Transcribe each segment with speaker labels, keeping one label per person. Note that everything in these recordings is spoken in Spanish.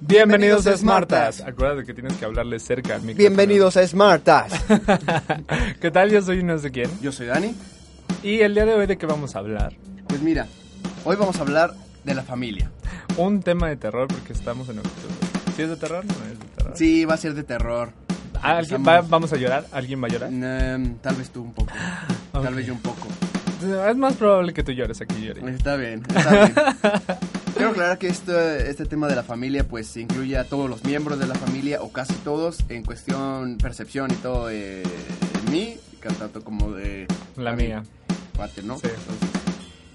Speaker 1: Bienvenidos a Smartas.
Speaker 2: Acuérdate que tienes que hablarle cerca al micrófono.
Speaker 1: Bienvenidos a Smartas.
Speaker 2: ¿Qué tal? Yo soy no sé quién.
Speaker 1: Yo soy Dani.
Speaker 2: Y el día de hoy de qué vamos a hablar.
Speaker 1: Pues mira, hoy vamos a hablar de la familia.
Speaker 2: Un tema de terror porque estamos en octubre. ¿Sí es de terror? No es de terror.
Speaker 1: Sí, va a ser de terror.
Speaker 2: ¿Alguien va- vamos a llorar? ¿Alguien va a llorar?
Speaker 1: Mm, tal vez tú un poco.
Speaker 2: Ok.
Speaker 1: Tal vez yo un poco.
Speaker 2: Es más probable que tú llores aquí, llore.
Speaker 1: Está bien, está bien. Quiero aclarar que esto- este tema de la familia pues incluye a todos los miembros de la familia o casi todos en cuestión percepción y todo de, de mí, tanto como de
Speaker 2: La
Speaker 1: de mi
Speaker 2: mía.
Speaker 1: parte, ¿no?
Speaker 2: Sí.
Speaker 1: Entonces,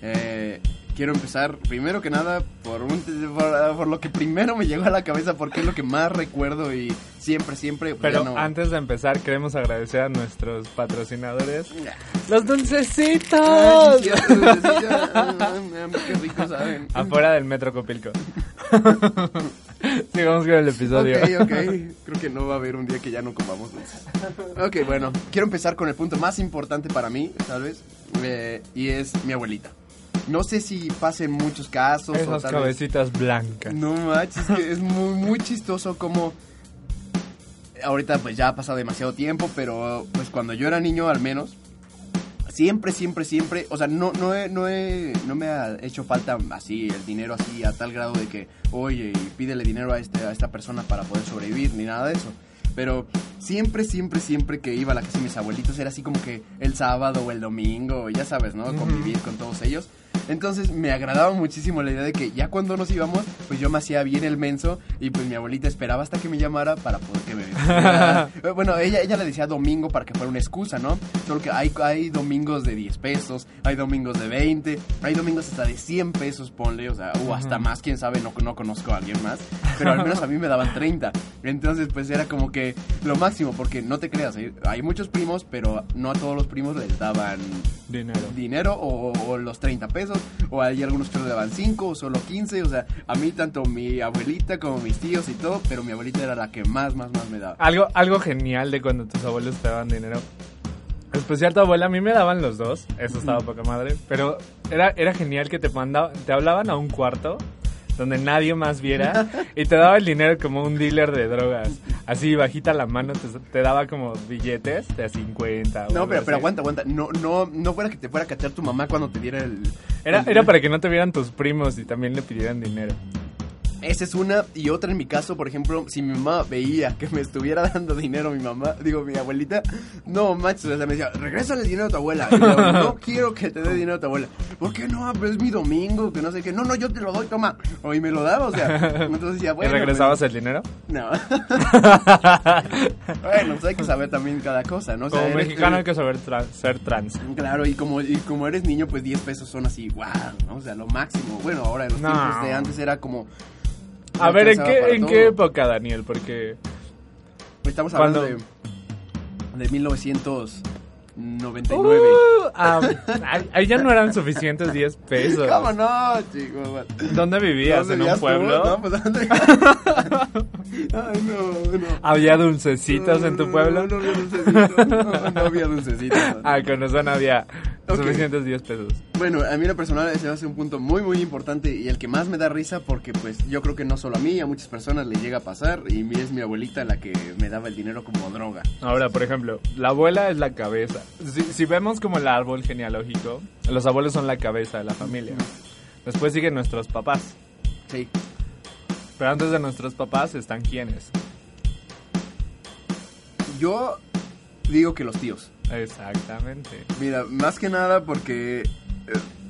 Speaker 1: eh, quiero empezar primero que nada por, un, por, por lo que primero me llegó a la cabeza porque es lo que más recuerdo y siempre, siempre... pues,
Speaker 2: Pero
Speaker 1: ya no-
Speaker 2: antes de empezar, queremos agradecer a nuestros patrocinadores.
Speaker 1: Ay,
Speaker 2: ¡Los dulcecitos!
Speaker 1: Dios, qué rico saben.
Speaker 2: Afuera del Metro Copilco. Sigamos con el episodio.
Speaker 1: Ok, ok. Creo que no va a haber un día que ya no comamos dulces. Ok, bueno. Quiero empezar con el punto más importante para mí, tal vez. eh, y es mi abuelita. No sé si pasa en muchos casos o
Speaker 2: Esas
Speaker 1: tal vez-
Speaker 2: cabecitas blancas.
Speaker 1: No manches, es que es muy, muy chistoso como... Ahorita pues ya ha pasado demasiado tiempo, pero pues cuando yo era niño al menos, siempre, siempre, siempre, o sea, no, no, he- no, he- no me ha hecho falta así el dinero así a tal grado de que, oye, y pídele dinero a, este- a esta persona para poder sobrevivir, ni nada de eso. Pero siempre, siempre, siempre que iba a la casa de mis abuelitos era así como que el sábado o el domingo, ya sabes, ¿no? Convivir con todos ellos. Entonces me agradaba muchísimo la idea de que ya cuando nos íbamos, pues yo me hacía bien el menso y pues mi abuelita esperaba hasta que me llamara para poder que me vistiera. Eh, Bueno, ella, ella le decía domingo para que fuera una excusa, ¿no? Solo que hay, hay domingos de 10 pesos, hay domingos de 20, hay domingos hasta de 100 pesos, ponle, o sea, o hasta más, quién sabe, no, no conozco a alguien más, pero al menos a mí me daban 30. Entonces, pues era como que lo máximo, porque no te creas, hay, hay muchos primos, pero no a todos los primos les daban
Speaker 2: Dinero.
Speaker 1: dinero o, o los 30 pesos o hay algunos que le daban 5 o solo 15 o sea a mí tanto mi abuelita como mis tíos y todo pero mi abuelita era la que más más más me daba
Speaker 2: Algo, algo genial de cuando tus abuelos te daban dinero. Especial tu abuela, a mí me daban los dos, eso estaba
Speaker 1: Mm.
Speaker 2: poca madre, pero era, era genial que te manda- te hablaban a un cuarto donde nadie más viera y te daba el dinero como un dealer de drogas. Así bajita la mano te, te daba como billetes de a 50. o
Speaker 1: no
Speaker 2: algo
Speaker 1: pero, pero
Speaker 2: así.
Speaker 1: aguanta aguanta no no no fuera que te fuera a catear tu mamá cuando te diera el
Speaker 2: Era,
Speaker 1: el-
Speaker 2: era para que no te vieran tus primos y también le pidieran dinero.
Speaker 1: Esa es una y otra en mi caso, por ejemplo, si mi mamá veía que me estuviera dando dinero mi mamá, digo mi abuelita, no manches, o sea, me decía, regrésale el dinero a tu abuela. Y yo, no quiero que te dé dinero a tu abuela. ¿Por qué no? Pero es mi domingo, que no sé qué. No, no, yo te lo doy, toma. O y me lo daba, o sea. Entonces decía, bueno.
Speaker 2: ¿Y regresabas
Speaker 1: pues,
Speaker 2: el dinero?
Speaker 1: No. bueno, pues hay que saber también cada cosa, ¿no? O sea,
Speaker 2: Como
Speaker 1: eres-
Speaker 2: mexicano hay que saber tra- ser trans.
Speaker 1: Claro, y como, y como eres niño, pues 10 pesos son así, wow, ¿no? O sea, lo máximo. Bueno, ahora en los
Speaker 2: No.
Speaker 1: tiempos de antes era como...
Speaker 2: A ver, ¿en
Speaker 1: alcanzaba
Speaker 2: qué,
Speaker 1: para
Speaker 2: ¿en qué
Speaker 1: todo.
Speaker 2: época, Daniel? Porque...
Speaker 1: Estamos hablando
Speaker 2: ¿Cuándo?
Speaker 1: de, de 1999.
Speaker 2: Uh, ah, ay, ahí ya no eran suficientes 10 pesos.
Speaker 1: ¿Cómo no, chico?
Speaker 2: ¿Dónde vivías?
Speaker 1: ¿Dónde
Speaker 2: ¿En un
Speaker 1: vivías tú?
Speaker 2: pueblo?
Speaker 1: No, pues, ¿dónde? Ay, no, no.
Speaker 2: ¿Había dulcecitos
Speaker 1: No,
Speaker 2: en
Speaker 1: no,
Speaker 2: tu
Speaker 1: no,
Speaker 2: pueblo?
Speaker 1: No, no, no, dulcecitos. No, no había dulcecitos.
Speaker 2: Ah, con razón había
Speaker 1: Ok.
Speaker 2: suficientes 10 pesos.
Speaker 1: Bueno, a mí en lo personal se me hace un punto muy muy importante y el que más me da risa porque pues yo creo que no solo a mí, a muchas personas le llega a pasar y mi- es mi abuelita la que me daba el dinero como droga.
Speaker 2: Ahora, por ejemplo, la abuela es la cabeza. Si, si vemos como el árbol genealógico, los abuelos son la cabeza de la familia. Después siguen nuestros papás.
Speaker 1: Sí.
Speaker 2: Pero antes de nuestros papás están quienes.
Speaker 1: Yo digo que los tíos.
Speaker 2: Exactamente.
Speaker 1: Mira, más que nada porque eh,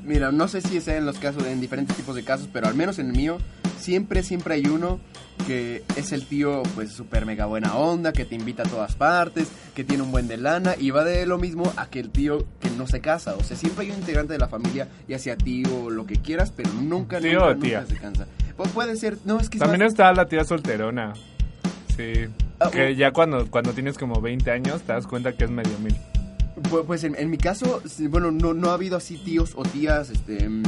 Speaker 1: Mira, no sé si sea en los casos, en diferentes tipos de casos, pero al menos en el mío, siempre, siempre hay uno que es el tío, pues, súper mega buena onda, que te invita a todas partes, que tiene un buen de lana, y va de lo mismo a que el tío que no se casa. O sea, siempre hay un integrante de la familia, ya sea tío o lo que quieras, pero nunca,
Speaker 2: Tío
Speaker 1: nunca,
Speaker 2: o tía.
Speaker 1: nunca se cansa. Pues puede ser, no, es que es
Speaker 2: También
Speaker 1: más-
Speaker 2: está la tía solterona. Sí.
Speaker 1: Ah,
Speaker 2: Que
Speaker 1: u-
Speaker 2: ya cuando, cuando tienes como 20 años te das cuenta que es medio mil.
Speaker 1: Pu- Pues en, en mi caso, sí, bueno, no, no ha habido así tíos o tías este, mm,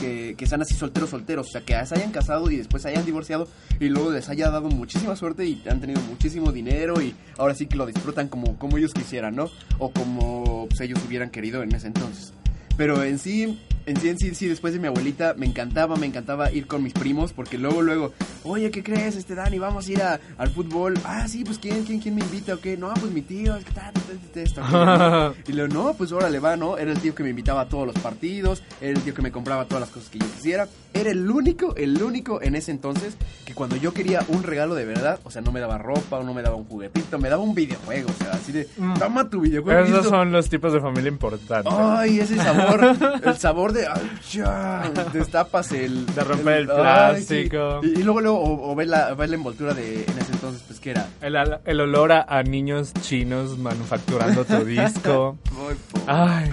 Speaker 1: que, que sean así solteros, solteros. O sea, que se hayan casado y después se hayan divorciado y luego les haya dado muchísima suerte y han tenido muchísimo dinero y ahora sí que lo disfrutan como, como ellos quisieran, ¿no? O como pues, ellos hubieran querido en ese entonces. Pero en sí, en sí, en sí, en sí, después de mi abuelita, me encantaba, me encantaba ir con mis primos, porque luego, luego, oye, ¿qué crees, este Dani? Vamos a ir a- al fútbol. Ah, sí, pues ¿quién, quién, quién me invita o qué? No, pues mi tío, es que tal, tal, tal, tal, tal. Y luego, no, pues órale, va, ¿no? Era el tío que me invitaba a todos los partidos, era el tío que me compraba todas las cosas que yo quisiera. Era el único, el único en ese entonces que cuando yo quería un regalo de verdad, o sea, no me daba ropa o no me daba un juguetito, me daba un videojuego, o sea, así de, toma tu videojuego.
Speaker 2: Mm. Esos
Speaker 1: listo. Ah.
Speaker 2: son los tipos de familia importantes.
Speaker 1: Ay, ese sabor, el sabor de ay, ya, destapas el
Speaker 2: De romper el
Speaker 1: ay, sí.
Speaker 2: plástico.
Speaker 1: Y, y luego luego o, o ves la ves la envoltura de en ese entonces pues que era
Speaker 2: El, al- el olor a, a niños chinos manufacturando tu disco.
Speaker 1: Ay, po-
Speaker 2: Ay,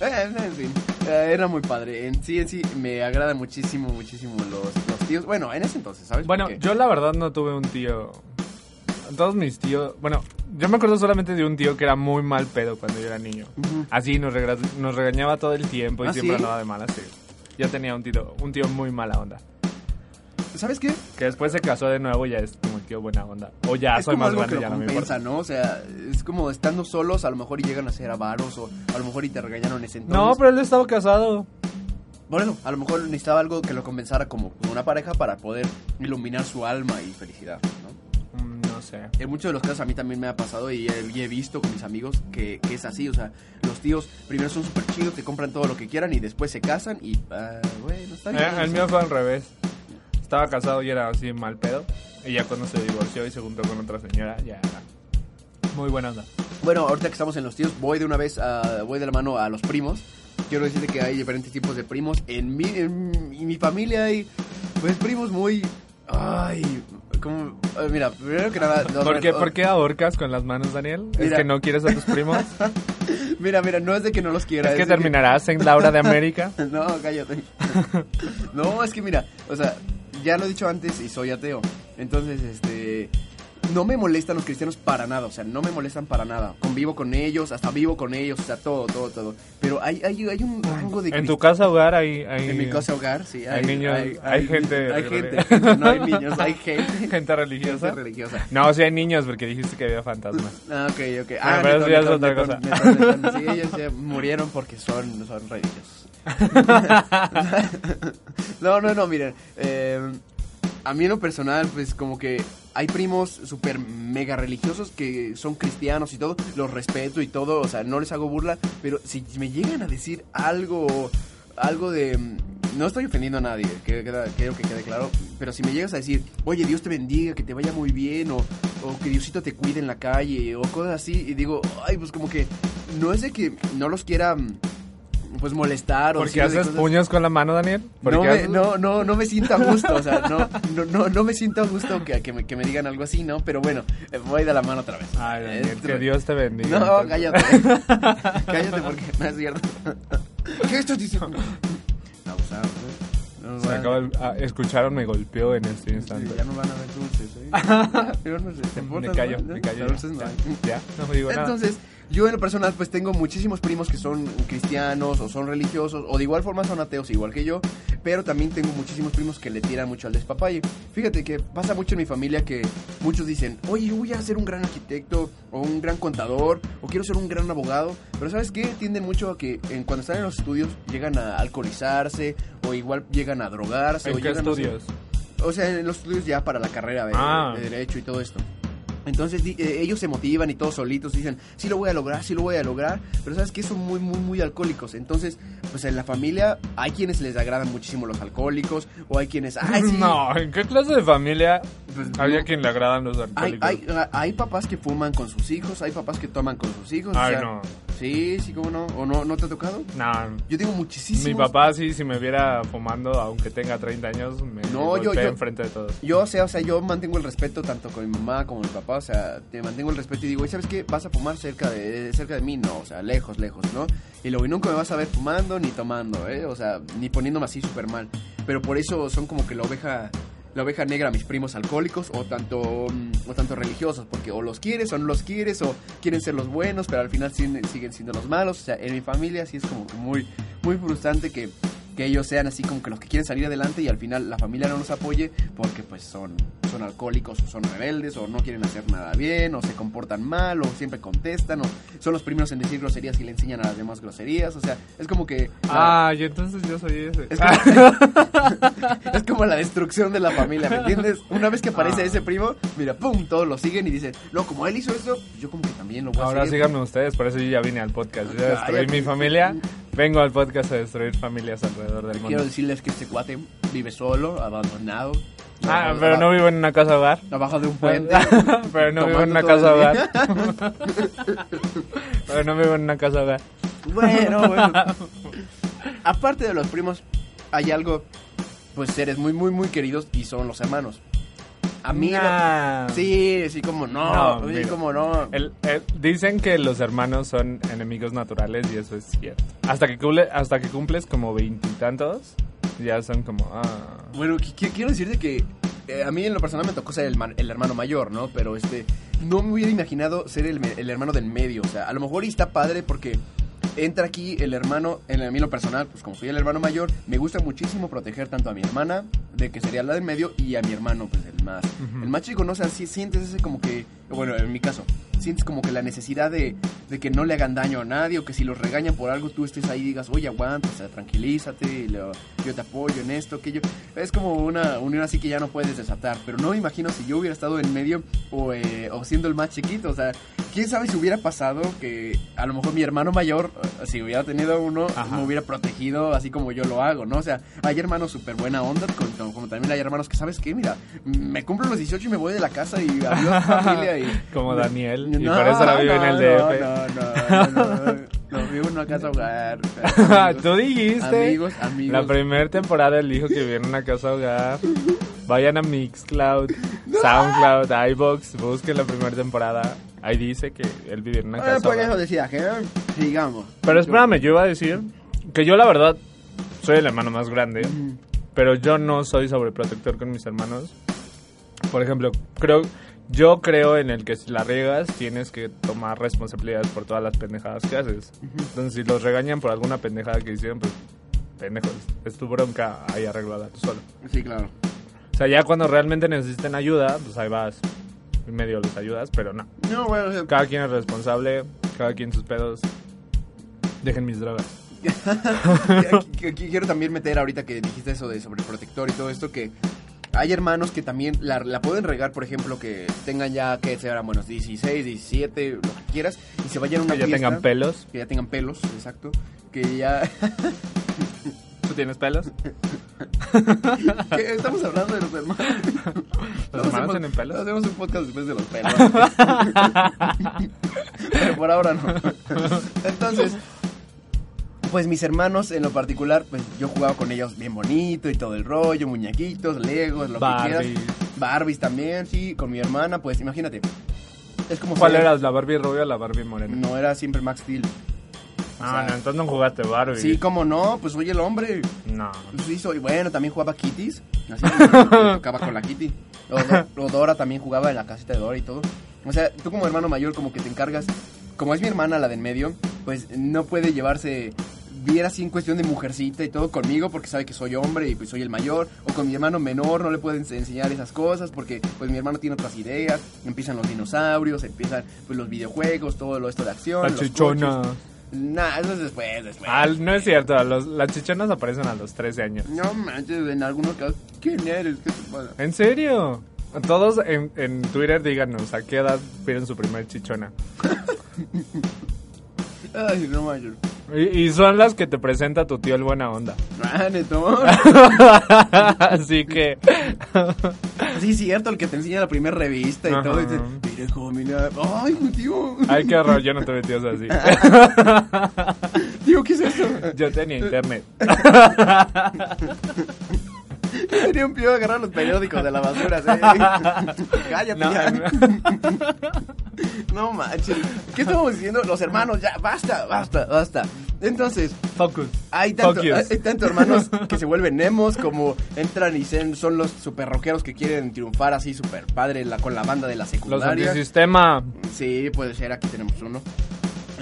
Speaker 1: Eh, en fin, eh, era muy padre. En sí en sí me agrada muchísimo muchísimo los, los tíos. Bueno, en ese entonces, ¿sabes?
Speaker 2: Bueno,
Speaker 1: Porque-
Speaker 2: yo la verdad no tuve un tío. Todos mis tíos. Bueno, yo me acuerdo solamente de un tío que era muy mal pedo cuando yo era niño. Así nos, regra- nos regañaba todo el tiempo y
Speaker 1: ¿Ah,
Speaker 2: siempre
Speaker 1: sí?
Speaker 2: andaba de malas. Sí. Yo tenía un tío, un tío muy mala onda.
Speaker 1: ¿sabes qué?
Speaker 2: Que después se casó de nuevo y ya es como el tío buena onda. O ya
Speaker 1: es
Speaker 2: Ah, soy
Speaker 1: como
Speaker 2: más
Speaker 1: algo
Speaker 2: grande
Speaker 1: que
Speaker 2: y
Speaker 1: lo
Speaker 2: ya no me
Speaker 1: compensa,
Speaker 2: importa.
Speaker 1: ¿no? O sea, es como estando solos, a lo mejor y llegan a ser avaros o a lo mejor y te regañaron en ese entonces.
Speaker 2: No, pero él estaba casado.
Speaker 1: Por eso, a lo mejor necesitaba algo que lo compensara como una pareja para poder iluminar su alma y felicidad, ¿no?
Speaker 2: Mm, No sé.
Speaker 1: En muchos de los casos a mí también me ha pasado y he, y he visto con mis amigos que, que es así, o sea, los tíos primero son súper chidos, te compran todo lo que quieran y después se casan y, ah, bueno, está bien.
Speaker 2: Eh, el mío fue al revés. Estaba casado y era así mal pedo. Y ya cuando se divorció y se juntó con otra señora, ya era muy buena onda.
Speaker 1: Bueno, ahorita que estamos en los tíos, voy de una vez, a- voy de la mano a los primos. Quiero decirte que hay diferentes tipos de primos. En mi, en, mi familia hay, pues, primos muy... Ay, como... eh, Mira, primero que nada... no,
Speaker 2: ¿Por qué,
Speaker 1: no,
Speaker 2: ¿Por qué ahorcas con las manos, Daniel? ¿Es
Speaker 1: Mira.
Speaker 2: que no quieres a tus primos?
Speaker 1: Mira, mira, no es de que no los quiera.
Speaker 2: ¿Es que
Speaker 1: de
Speaker 2: terminarás en Laura de América?
Speaker 1: No, cállate. No, es que mira, o sea, ya lo he dicho antes y soy ateo. Entonces, este... No me molestan los cristianos para nada, o sea, no me molestan para nada. Convivo con ellos, hasta vivo con ellos, o sea, todo, todo, todo. Pero hay, hay, hay un rango de
Speaker 2: En
Speaker 1: cristianos
Speaker 2: tu casa hogar hay... hay
Speaker 1: En mi casa hogar, sí.
Speaker 2: Hay niños, hay gente-
Speaker 1: Hay gente. No hay niños, hay gente.
Speaker 2: gente religiosa.
Speaker 1: Gente religiosa.
Speaker 2: No, sí hay niños porque dijiste que había fantasmas.
Speaker 1: Ah, ok, ok.
Speaker 2: Bueno, pero eso ya es
Speaker 1: netón,
Speaker 2: otra
Speaker 1: netón,
Speaker 2: cosa.
Speaker 1: netón, netón. Sí, ellos ya murieron porque son, son religiosos. no, no, no, miren. eh, a mí en lo personal, pues como que hay primos súper mega religiosos que son cristianos y todo. Los respeto y todo, o sea, no les hago burla. Pero si me llegan a decir algo, algo de... No estoy ofendiendo a nadie, que, queda- quiero que quede claro. Pero si me llegas a decir, oye, Dios te bendiga, que te vaya muy bien, o, o que Diosito te cuide en la calle, o cosas así, y digo, ay, pues como que no es de que no los quiera, pues molestar o
Speaker 2: ¿Por qué
Speaker 1: decirle de
Speaker 2: haces
Speaker 1: cosas-
Speaker 2: puños con la mano, Daniel? ¿Por
Speaker 1: no
Speaker 2: qué
Speaker 1: me,
Speaker 2: haces-
Speaker 1: no, no, no me siento a gusto, o sea, no, no, no, no me siento a gusto que, que me, que me digan algo así, ¿no? Pero bueno, eh, voy de la mano otra vez.
Speaker 2: Ay, Daniel,
Speaker 1: Este-
Speaker 2: que Dios te bendiga.
Speaker 1: No,
Speaker 2: entonces.
Speaker 1: cállate. cállate porque no es cierto. ¿Qué estás diciendo? Abusado, ¿eh? No nos
Speaker 2: Se
Speaker 1: van a-
Speaker 2: acaba el- ah, escucharon, me golpeó en este
Speaker 1: Sí,
Speaker 2: instante.
Speaker 1: ya no van a ver dulces, ¿eh? Ya, pero no sé, te
Speaker 2: me
Speaker 1: portas
Speaker 2: callo,
Speaker 1: mal, ¿eh?
Speaker 2: me callo.
Speaker 1: Dulces no
Speaker 2: Ya,
Speaker 1: hay.
Speaker 2: ya, no me digo nada.
Speaker 1: Entonces, yo en lo personal pues tengo muchísimos primos que son cristianos o son religiosos o de igual forma son ateos igual que yo, pero también tengo muchísimos primos que le tiran mucho al despapalle. Fíjate que pasa mucho en mi familia que muchos dicen, oye, yo voy a ser un gran arquitecto o un gran contador o quiero ser un gran abogado, pero ¿sabes qué? Tienden mucho a que en, cuando están en los estudios llegan a alcoholizarse o igual llegan a drogarse.
Speaker 2: ¿En
Speaker 1: o
Speaker 2: qué
Speaker 1: llegan a hacer-
Speaker 2: estudios?
Speaker 1: o sea, en los estudios ya para la carrera de,
Speaker 2: Ah.
Speaker 1: de Derecho y todo esto. Entonces di- eh, ellos se motivan y todos solitos dicen, sí lo voy a lograr, sí lo voy a lograr, pero sabes que son muy, muy, muy alcohólicos. Entonces, pues en la familia hay quienes les agradan muchísimo los alcohólicos, o hay quienes, ay, sí,
Speaker 2: No, ¿en qué clase de familia
Speaker 1: Pues,
Speaker 2: había
Speaker 1: no.
Speaker 2: quien le agradan los
Speaker 1: Hay,
Speaker 2: alcohólicos?
Speaker 1: hay, hay papás que fuman con sus hijos, hay papás que toman con sus hijos. o
Speaker 2: Ay,
Speaker 1: sea,
Speaker 2: no.
Speaker 1: Sí, sí, cómo no. ¿O no, no te ha tocado?
Speaker 2: No,
Speaker 1: Yo tengo muchísimos.
Speaker 2: mi papá sí, si me viera fumando, aunque tenga 30 años, me
Speaker 1: No, yo-
Speaker 2: golpea
Speaker 1: yo-
Speaker 2: enfrente de todos.
Speaker 1: Yo, o sea, o sea, yo mantengo el respeto tanto con mi mamá como mi papá, o sea, te mantengo el respeto y digo, "Ey, ¿sabes qué? Vas a fumar cerca de, cerca de mí, no, o sea, lejos, lejos, ¿no? Y luego, y nunca me vas a ver fumando ni tomando, ¿eh? O sea, ni poniéndome así súper mal. Pero por eso son como que la oveja, la oveja negra, mis primos alcohólicos o tanto, mm, o tanto religiosos, porque o los quieres o no los quieres, o quieren ser los buenos, pero al final siguen, siguen siendo los malos, o sea, en mi familia sí es como que muy, muy frustrante que que ellos sean así como que los que quieren salir adelante y al final la familia no los apoye porque pues son, son alcohólicos o son rebeldes o no quieren hacer nada bien o se comportan mal o siempre contestan o son los primeros en decir groserías y le enseñan a las demás groserías. O sea, es como que... la-
Speaker 2: Ah, y entonces yo soy ese. Ah,
Speaker 1: es, como, es como la destrucción de la familia, ¿me entiendes? Una vez que aparece
Speaker 2: Ah.
Speaker 1: ese primo, mira, ¡pum! Todos lo siguen y dicen, no, como él hizo eso, pues yo como que también lo voy a
Speaker 2: Ahora
Speaker 1: seguir".
Speaker 2: síganme ustedes, por eso yo ya vine al podcast. Yo ya destruí
Speaker 1: Cállate.
Speaker 2: mi familia. Vengo al podcast a destruir familias alrededor del
Speaker 1: Quiero
Speaker 2: mundo.
Speaker 1: decirles que este cuate vive solo, abandonado.
Speaker 2: Ah, pero no vivo en una casa hogar.
Speaker 1: Abajo de un puente.
Speaker 2: Pero no vivo en
Speaker 1: tomando
Speaker 2: una
Speaker 1: todo el
Speaker 2: casa
Speaker 1: día.
Speaker 2: hogar. Pero no vivo en una casa hogar.
Speaker 1: Bueno, bueno. Aparte de los primos, hay algo, pues seres muy, muy, muy queridos y son los hermanos. A mí... la-
Speaker 2: Nah.
Speaker 1: Sí, sí, como no,
Speaker 2: No,
Speaker 1: sí,
Speaker 2: mira.
Speaker 1: como no.
Speaker 2: El- el- dicen que los hermanos son enemigos naturales y eso es cierto. Hasta que, cumple- hasta que cumples como veintitantos, ya son como... ah.
Speaker 1: Bueno, qui- qui- quiero decirte que eh, a mí en lo personal me tocó ser el, ma- el hermano mayor, ¿no? Pero este, no me hubiera imaginado ser el, me- el hermano del medio. O sea, a lo mejor y está padre porque entra aquí el hermano, en, a mí en lo personal, pues como soy el hermano mayor, me gusta muchísimo proteger tanto a mi hermana, de que sería la del medio, y a mi hermano, pues el más. El más chico, ¿no? O sea, sí sientes ese como que, bueno, en mi caso, sientes como que la necesidad de, de que no le hagan daño a nadie o que si los regañan por algo tú estés ahí y digas, oye, aguanta, o sea, tranquilízate, y lo- yo te apoyo en esto, que yo... Es como una unión así que ya no puedes desatar, pero no me imagino si yo hubiera estado en medio o, eh, o siendo el más chiquito, o sea, quién sabe si hubiera pasado que a lo mejor mi hermano mayor, eh, si hubiera tenido uno,
Speaker 2: Ajá.
Speaker 1: me hubiera protegido así como yo lo hago, ¿no? O sea, hay hermanos súper buena onda, con- como, como también hay hermanos que, ¿sabes qué? Mira, me cumplo los 18 y me voy de la casa y adiós familia y...
Speaker 2: Como Daniel, y
Speaker 1: No,
Speaker 2: por eso la vive en el
Speaker 1: no,
Speaker 2: DF.
Speaker 1: No, no, no, no, no, vivo en una casa hogar. amigos.
Speaker 2: Tú dijiste.
Speaker 1: Amigos, amigos.
Speaker 2: La primera temporada él dijo que vive en una casa hogar. Vayan a Mixcloud, SoundCloud, iBox, busquen la primera temporada. Ahí dice que él vive en una
Speaker 1: Eh,
Speaker 2: casa
Speaker 1: por eso
Speaker 2: hogar.
Speaker 1: decía que sigamos.
Speaker 2: Pero espérame, yo iba a decir que yo la verdad soy el hermano más grande, pero yo no soy sobreprotector con mis hermanos. Por ejemplo, creo yo creo en el que si la riegas tienes que tomar responsabilidades por todas las pendejadas que haces. Entonces, si los regañan por alguna pendejada que hicieron, pues pendejos, es tu bronca ahí arreglada tú solo.
Speaker 1: Sí, claro.
Speaker 2: O sea, ya cuando realmente necesiten ayuda, pues ahí vas y medio les ayudas, pero no.
Speaker 1: No, bueno, o sea,
Speaker 2: Cada quien es responsable, cada quien sus pedos. Dejen mis drogas.
Speaker 1: Qu- qu- quiero también meter ahorita que dijiste eso de sobreprotector y todo esto que hay hermanos que también la, la pueden regar, por ejemplo, que tengan ya que serán buenos 16, 17, lo que quieras y se vayan a una
Speaker 2: que ya
Speaker 1: fiesta,
Speaker 2: tengan pelos.
Speaker 1: que ya tengan pelos, exacto, que ya
Speaker 2: ¿Tú tienes pelos?
Speaker 1: que estamos hablando de los hermanos.
Speaker 2: ¿Los hermanos tienen pelos?
Speaker 1: Hacemos un podcast después de los pelos. Pero por ahora no. Entonces, pues mis hermanos en lo particular, pues yo jugaba con ellos bien bonito y todo el rollo, muñequitos, legos, lo que
Speaker 2: Barbies.
Speaker 1: quieras. Barbies también, sí, con mi hermana, pues imagínate. Es como
Speaker 2: ¿Cuál
Speaker 1: ser-
Speaker 2: eras? ¿La Barbie rubia o la Barbie morena?
Speaker 1: No era siempre Max Steel.
Speaker 2: Ah,
Speaker 1: sea-
Speaker 2: no, entonces no jugaste Barbie.
Speaker 1: Sí, como no, pues soy el hombre.
Speaker 2: No.
Speaker 1: Sí, soy bueno, también jugaba Kitties. Así que me tocaba con la Kitty. O, Do- o Dora también jugaba en la casita de Dora y todo. O sea, tú como hermano mayor, como que te encargas. Como es mi hermana, la de en medio, pues no puede llevarse bien así en cuestión de mujercita y todo conmigo porque sabe que soy hombre y pues soy el mayor. O con mi hermano menor no le pueden ens- enseñar esas cosas porque pues mi hermano tiene otras ideas. Empiezan los dinosaurios, empiezan pues los videojuegos, todo lo esto de acción.
Speaker 2: La
Speaker 1: los
Speaker 2: chichona.
Speaker 1: coches. Nah, eso es después, después.
Speaker 2: Ah, no es cierto, a los- las chichonas aparecen a los 13 años.
Speaker 1: No manches, en algunos casos. ¿Quién eres? ¿Qué te pasa?
Speaker 2: ¿En serio? Todos en, en Twitter díganos a qué edad piden su primer chichona.
Speaker 1: Ay, no manches.
Speaker 2: Y, y son las que te presenta tu tío el buena onda.
Speaker 1: Ah, netón.
Speaker 2: Así que
Speaker 1: sí, cierto, el que te enseña la primera revista y
Speaker 2: Ajá.
Speaker 1: todo. Y dice, mire, hijo, mira, ay, tío.
Speaker 2: Ay, qué horror, yo no tuve tíos así.
Speaker 1: Tío, ¿qué es esto?
Speaker 2: Yo tenía internet.
Speaker 1: Tenía un pío a agarrar los periódicos de la basura, ¿sí? Cállate
Speaker 2: No,
Speaker 1: ya.
Speaker 2: no.
Speaker 1: No manches. ¿Qué estamos diciendo? Los hermanos, ya, basta, basta, basta. Entonces,
Speaker 2: Focus.
Speaker 1: hay tanto,
Speaker 2: Fuck yous.
Speaker 1: hay tanto hermanos que se vuelven nemos como entran y sen- son los super rockeros que quieren triunfar así super padre la, con la banda de la
Speaker 2: Los
Speaker 1: secundaria.
Speaker 2: antisistema.
Speaker 1: Sí, puede ser, aquí tenemos uno.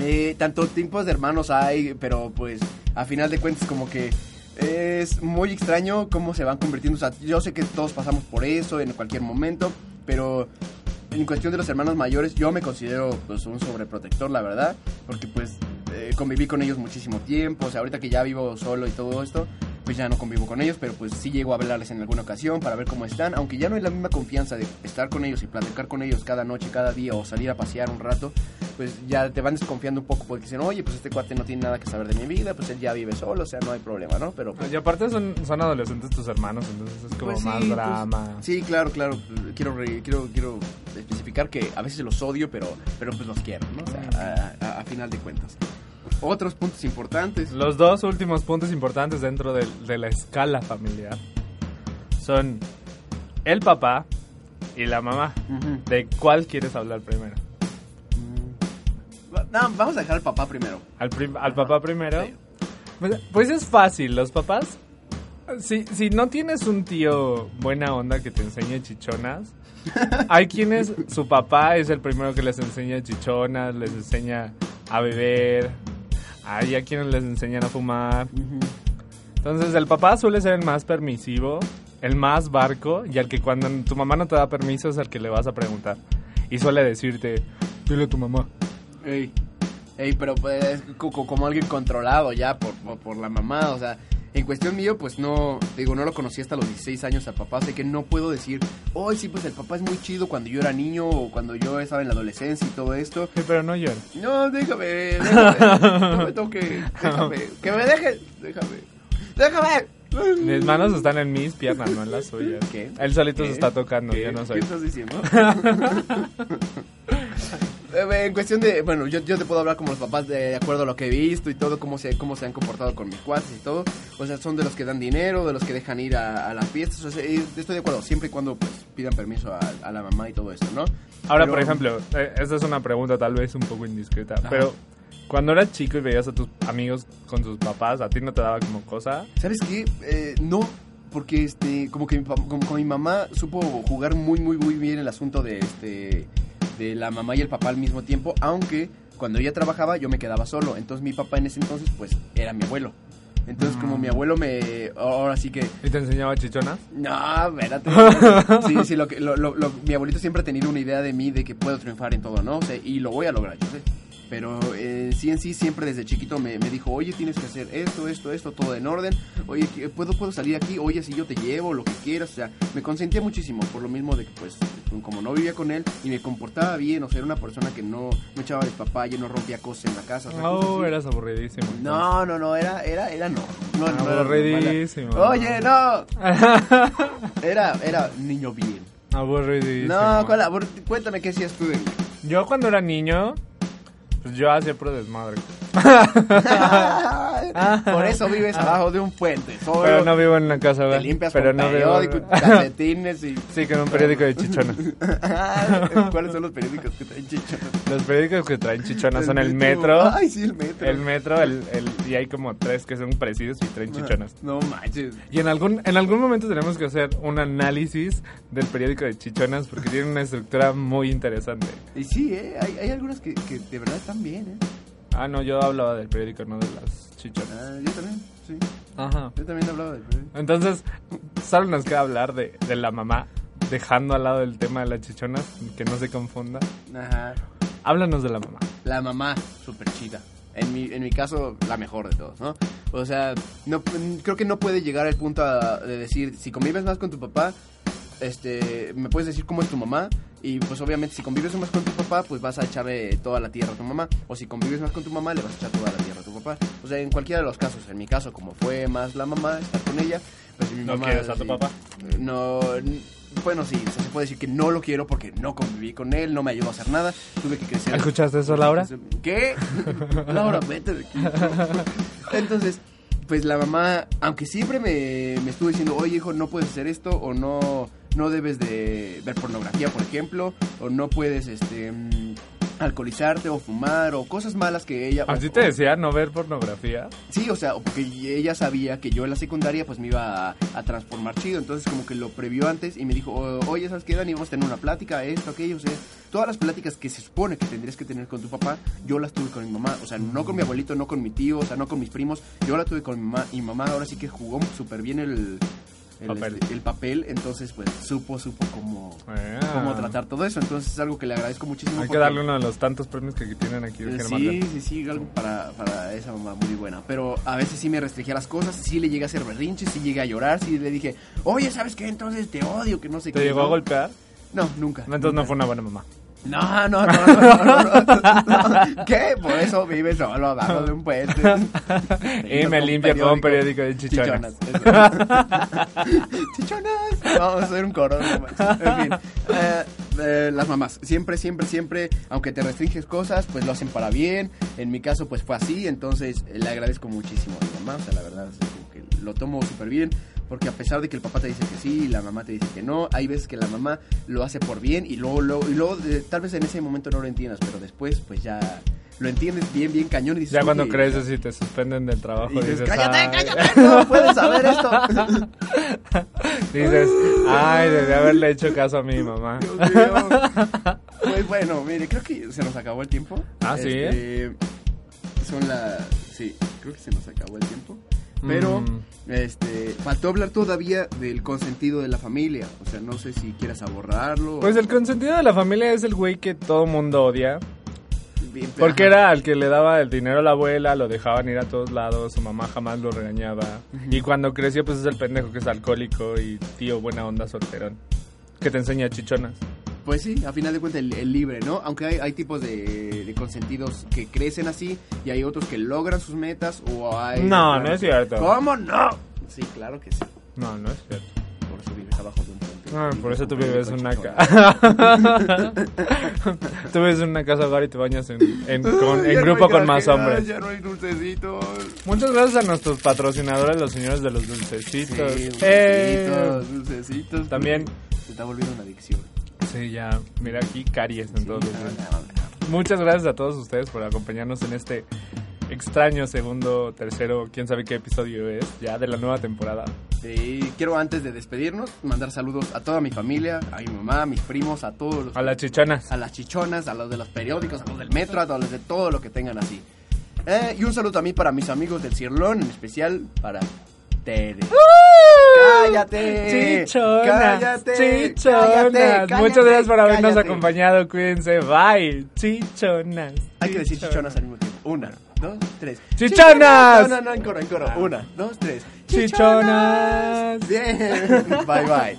Speaker 1: Eh, tantos tipos de hermanos hay, pero pues a final de cuentas como que es muy extraño cómo se van convirtiendo. O sea, yo sé que todos pasamos por eso en cualquier momento, pero en cuestión de los hermanos mayores yo me considero pues un sobreprotector, la verdad, porque pues eh, conviví con ellos muchísimo tiempo. O sea, ahorita que ya vivo solo y todo esto, pues ya no convivo con ellos, pero pues sí llego a hablarles en alguna ocasión para ver cómo están, aunque ya no hay la misma confianza de estar con ellos y platicar con ellos cada noche, cada día o salir a pasear un rato, pues ya te van desconfiando un poco porque dicen, oye, pues este cuate no tiene nada que saber de mi vida, pues él ya vive solo, o sea, no hay problema, ¿no? Pero pues,
Speaker 2: Y aparte son, son adolescentes tus hermanos, entonces es como
Speaker 1: pues,
Speaker 2: más
Speaker 1: sí, pues,
Speaker 2: drama.
Speaker 1: sí, claro, claro, pues, quiero, re- quiero, quiero especificar que a veces los odio, pero, pero pues los quiero, ¿no? O sea, a- a- a final de cuentas. Otros puntos importantes.
Speaker 2: Los dos últimos puntos importantes dentro de, de la escala familiar son el papá y la mamá.
Speaker 1: Ujú.
Speaker 2: ¿De cuál quieres hablar primero?
Speaker 1: Va- no, vamos a dejar al papá primero.
Speaker 2: ¿Al, prim- al papá primero?
Speaker 1: Sí.
Speaker 2: Pues, pues es fácil, los papás. Si, si no tienes un tío buena onda que te enseñe chichonas, hay quienes su papá es el primero que les enseña chichonas, les enseña a beber, hay a quienes les enseñan a fumar. Entonces el papá suele ser el más permisivo, el más barco y al que cuando tu mamá no te da permiso es al que le vas a preguntar. Y suele decirte, dile a tu mamá.
Speaker 1: Ey, ey, pero pues es co- co- como alguien controlado ya por, por, por la mamá, o sea, en cuestión mío, pues no, digo, no lo conocí hasta los 16 años al papá, así que no puedo decir, hoy sí, pues el papá es muy chido cuando yo era niño o cuando yo estaba en la adolescencia y todo esto.
Speaker 2: Sí, pero no llores.
Speaker 1: No, déjame, déjame, no me toque, déjame, que me dejes, déjame, déjame.
Speaker 2: Mis manos están en mis piernas, no en las suyas.
Speaker 1: ¿Qué?
Speaker 2: Él solito
Speaker 1: ¿Qué?
Speaker 2: se está tocando,
Speaker 1: ¿Qué?
Speaker 2: yo no
Speaker 1: ¿Qué
Speaker 2: soy.
Speaker 1: estás diciendo? Eh, en cuestión de, bueno, yo, yo te puedo hablar como los papás de, de acuerdo a lo que he visto y todo, cómo se, cómo se han comportado con mis cuates y todo. O sea, son de los que dan dinero, de los que dejan ir a, a las fiestas. O sea, eh, estoy de acuerdo, siempre y cuando pues, pidan permiso a, a la mamá y todo esto, ¿no?
Speaker 2: Ahora,
Speaker 1: Pero-
Speaker 2: por ejemplo, eh, esta es una pregunta tal vez un poco indiscreta, pero cuando eras chico y veías a tus amigos con sus papás, ¿a ti no te daba como cosa?
Speaker 1: ¿Sabes qué? Eh, no, porque este, como que mi, pa- como, como mi mamá supo jugar muy, muy, muy bien el asunto de este, de la mamá y el papá al mismo tiempo, aunque cuando ella trabajaba yo me quedaba solo, entonces mi papá en ese entonces pues era mi abuelo. Entonces como mi abuelo me, ahora sí que
Speaker 2: ¿Y te enseñaba chichonas?
Speaker 1: no, espérate. Sí, sí, lo que, lo, lo- lo- mi abuelito siempre ha tenido una idea de mí de que puedo triunfar en todo, ¿no? O sea, y lo voy a lograr, yo sé. Pero eh, sí en sí, siempre desde chiquito me, me dijo, oye, tienes que hacer esto, esto, esto, todo en orden. Oye, que- ¿puedo, puedo salir aquí? Oye, si yo te llevo, lo que quieras. O sea, me consentía muchísimo, por lo mismo de que, pues, como no vivía con él y me comportaba bien, o sea, era una persona que no, no echaba papá y no rompía cosas en la casa. o sea, cosas
Speaker 2: No,
Speaker 1: así.
Speaker 2: eras aburridísimo.
Speaker 1: No, no, no, era, era, era no. No,
Speaker 2: Ah,
Speaker 1: no, era
Speaker 2: Aburridísimo.
Speaker 1: normal. Oye, no. Era, era niño bien.
Speaker 2: Aburridísimo.
Speaker 1: No, ¿cuál abur- cuéntame qué hacías tú de
Speaker 2: Yo cuando era niño, pues yo hacía puro desmadre.
Speaker 1: Por eso vives abajo de un puente.
Speaker 2: Ah.
Speaker 1: Solo
Speaker 2: Pero no vivo en una casa,
Speaker 1: te
Speaker 2: ¿verdad?
Speaker 1: limpias
Speaker 2: Pero
Speaker 1: con
Speaker 2: no vivo-
Speaker 1: periódico, calcetines y...
Speaker 2: Sí, con un periódico de chichonas.
Speaker 1: ¿Cuáles son los periódicos que traen chichonas?
Speaker 2: Los periódicos que traen chichonas son el metro.
Speaker 1: Ay, sí, el metro.
Speaker 2: El metro, el, el- y hay como tres que son parecidos y traen chichonas.
Speaker 1: Ah, No manches.
Speaker 2: Y en algún, en algún momento tenemos que hacer un análisis del periódico de chichonas porque tiene una estructura muy interesante.
Speaker 1: Y sí, ¿eh? Hay, hay algunas que, que de verdad están bien, ¿eh?
Speaker 2: Ah, no, yo hablaba del periódico, no de las chichonas.
Speaker 1: Ah, yo también, sí.
Speaker 2: Ajá.
Speaker 1: Yo también hablaba de periódico.
Speaker 2: Entonces, solo nos queda hablar de, de la mamá, dejando al lado el tema de las chichonas, que no se confunda.
Speaker 1: Ajá.
Speaker 2: Háblanos de la mamá.
Speaker 1: La mamá, súper chida. En mi, en mi caso, la mejor de todos, ¿no? O sea, no, creo que no puede llegar al punto a- de decir, si convives más con tu papá, este, me puedes decir cómo es tu mamá. Y pues obviamente si convives más con tu papá, pues vas a echarle toda la tierra a tu mamá. O si convives más con tu mamá, le vas a echar toda la tierra a tu papá. O sea, en cualquiera de los casos, en mi caso, como fue más la mamá, estar con ella, pues mi
Speaker 2: ¿No
Speaker 1: mamá...
Speaker 2: quieres a tu papá?
Speaker 1: No, n- bueno, sí, o sea, se puede decir que no lo quiero porque no conviví con él, no me ayudó a hacer nada, tuve que crecer.
Speaker 2: ¿Escuchaste eso, Laura?
Speaker 1: ¿Qué? Laura, vete de aquí. Entonces, pues la mamá, aunque siempre me, me estuvo diciendo, oye hijo, no puedes hacer esto o no, no debes de ver pornografía, por ejemplo, o no puedes, este... mm, alcoholizarte o fumar o cosas malas que ella...
Speaker 2: ¿Así
Speaker 1: o-
Speaker 2: te
Speaker 1: o-
Speaker 2: decía no ver pornografía?
Speaker 1: Sí, o sea, porque ella sabía que yo en la secundaria pues me iba a, a transformar chido, entonces como que lo previó antes y me dijo, "O- oye, ¿sabes qué, Dani? Vamos a tener una plática, esto, aquello, o sea, todas las pláticas que se supone que tendrías que tener con tu papá, yo las tuve con mi mamá, o sea, no con mi abuelito, no con mi tío, o sea, no con mis primos, yo la tuve con mi mamá y mamá ahora sí que jugó súper bien el... El
Speaker 2: Papel.
Speaker 1: este, el papel, entonces pues supo, supo cómo,
Speaker 2: Ah.
Speaker 1: cómo tratar todo eso, entonces es algo que le agradezco muchísimo.
Speaker 2: Hay que
Speaker 1: porque-
Speaker 2: darle uno de los tantos premios que tienen aquí.
Speaker 1: eh,
Speaker 2: Eugenio
Speaker 1: Sí,
Speaker 2: Martel.
Speaker 1: sí, sí, algo para, para esa mamá muy buena. Pero a veces sí me restringía las cosas, sí le llegué a hacer berrinche, sí llegué a llorar, sí le dije, oye, ¿sabes qué? Entonces te odio, que no sé
Speaker 2: ¿Te
Speaker 1: qué.
Speaker 2: llegó
Speaker 1: ¿no?
Speaker 2: a golpear?
Speaker 1: No, nunca.
Speaker 2: Entonces no
Speaker 1: nunca.
Speaker 2: fue una buena mamá.
Speaker 1: No, no, no, no, no, no, no. ¿Qué? Por eso vive solo abajo de un puente.
Speaker 2: Y me limpia con un periódico de chichonas.
Speaker 1: Chichonas. Chichonas. Vamos a hacer un coro. no manches. En fin. eh, eh, las mamás. Siempre, siempre, siempre, aunque te restringes cosas, pues lo hacen para bien. En mi caso, pues fue así. Entonces, eh, le agradezco muchísimo a mi mamá. O sea, la verdad, es como que lo tomo súper bien. Porque a pesar de que el papá te dice que sí y la mamá te dice que no, hay veces que la mamá lo hace por bien y luego, luego- y luego eh, tal vez en ese momento no lo entiendas, pero después pues ya lo entiendes bien, bien cañón y dices...
Speaker 2: Ya cuando
Speaker 1: "Oye,
Speaker 2: creces y te suspenden del trabajo,
Speaker 1: y dices,
Speaker 2: dices,
Speaker 1: cállate,
Speaker 2: "Ay".
Speaker 1: cállate, no puedes saber esto.
Speaker 2: Dices, ay, debí haberle hecho caso a mi mamá.
Speaker 1: Dios mío. Pues bueno, mire, creo que se nos acabó el tiempo.
Speaker 2: Ah, ¿sí?
Speaker 1: Este, Son las... Sí, creo que se nos acabó el tiempo. Pero,
Speaker 2: Mm.
Speaker 1: este, faltó hablar todavía del consentido de la familia. O sea, no sé si quieras abordarlo. o-
Speaker 2: Pues el consentido de la familia es el güey que todo mundo odia.
Speaker 1: Bien, pero-
Speaker 2: Porque era al que le daba el dinero a la abuela, lo dejaban ir a todos lados, su mamá jamás lo regañaba. Y cuando creció, pues es el pendejo que es alcohólico y tío buena onda solterón. Que te enseña chichonas.
Speaker 1: Pues sí, a final de cuentas el, el libre, ¿no? Aunque hay, hay tipos de, de consentidos que crecen así y hay otros que logran sus metas o hay...
Speaker 2: No, no es cierto.
Speaker 1: ¿Cómo no? Sí, claro que sí.
Speaker 2: No, no es cierto.
Speaker 1: Por eso vives abajo de un puente.
Speaker 2: Ah, por eso tú
Speaker 1: Con
Speaker 2: vives en
Speaker 1: coche
Speaker 2: una
Speaker 1: chorro.
Speaker 2: casa. tú vives en una casa hogar y te bañas en, en- con-
Speaker 1: Ay,
Speaker 2: en
Speaker 1: ya no
Speaker 2: grupo
Speaker 1: hay
Speaker 2: con más
Speaker 1: grajeas,
Speaker 2: hombres.
Speaker 1: Ya no hay dulcecitos.
Speaker 2: Muchas gracias a nuestros patrocinadores, los señores de los
Speaker 1: Sí,
Speaker 2: dulcecitos.
Speaker 1: dulcecitos,
Speaker 2: ¡Eh!
Speaker 1: dulcecitos.
Speaker 2: También-
Speaker 1: Se está volviendo una adicción.
Speaker 2: Sí, ya, mira aquí caries en
Speaker 1: Sí,
Speaker 2: todos los
Speaker 1: no,
Speaker 2: lados.
Speaker 1: no, no.
Speaker 2: Muchas gracias a todos ustedes por acompañarnos en este extraño segundo, tercero, quién sabe qué episodio es, ya de la nueva temporada.
Speaker 1: Sí, quiero antes de despedirnos mandar saludos a toda mi familia, a mi mamá, a mis primos, a todos los
Speaker 2: A las chichanas.
Speaker 1: a las chichonas, a los de los periódicos, a los del metro, a los de todo lo que tengan así. Eh, y un saludo también para mis amigos del Cirlón, en especial para Tere.
Speaker 2: ¡Uh!
Speaker 1: ¡Cállate!
Speaker 2: Chichonas,
Speaker 1: Eh, ¡Cállate!
Speaker 2: chichonas.
Speaker 1: ¡Cállate! ¡Cállate!
Speaker 2: Muchas gracias por habernos
Speaker 1: ¡Cállate!
Speaker 2: acompañado. Cuídense. Bye. Chichonas.
Speaker 1: Hay que decir chichonas al mismo tiempo. Una, dos, tres.
Speaker 2: ¡Chichonas!
Speaker 1: No, no, no, en coro, en coro. Una, dos, tres.
Speaker 2: Chichonas.
Speaker 1: Bien. Bye, bye.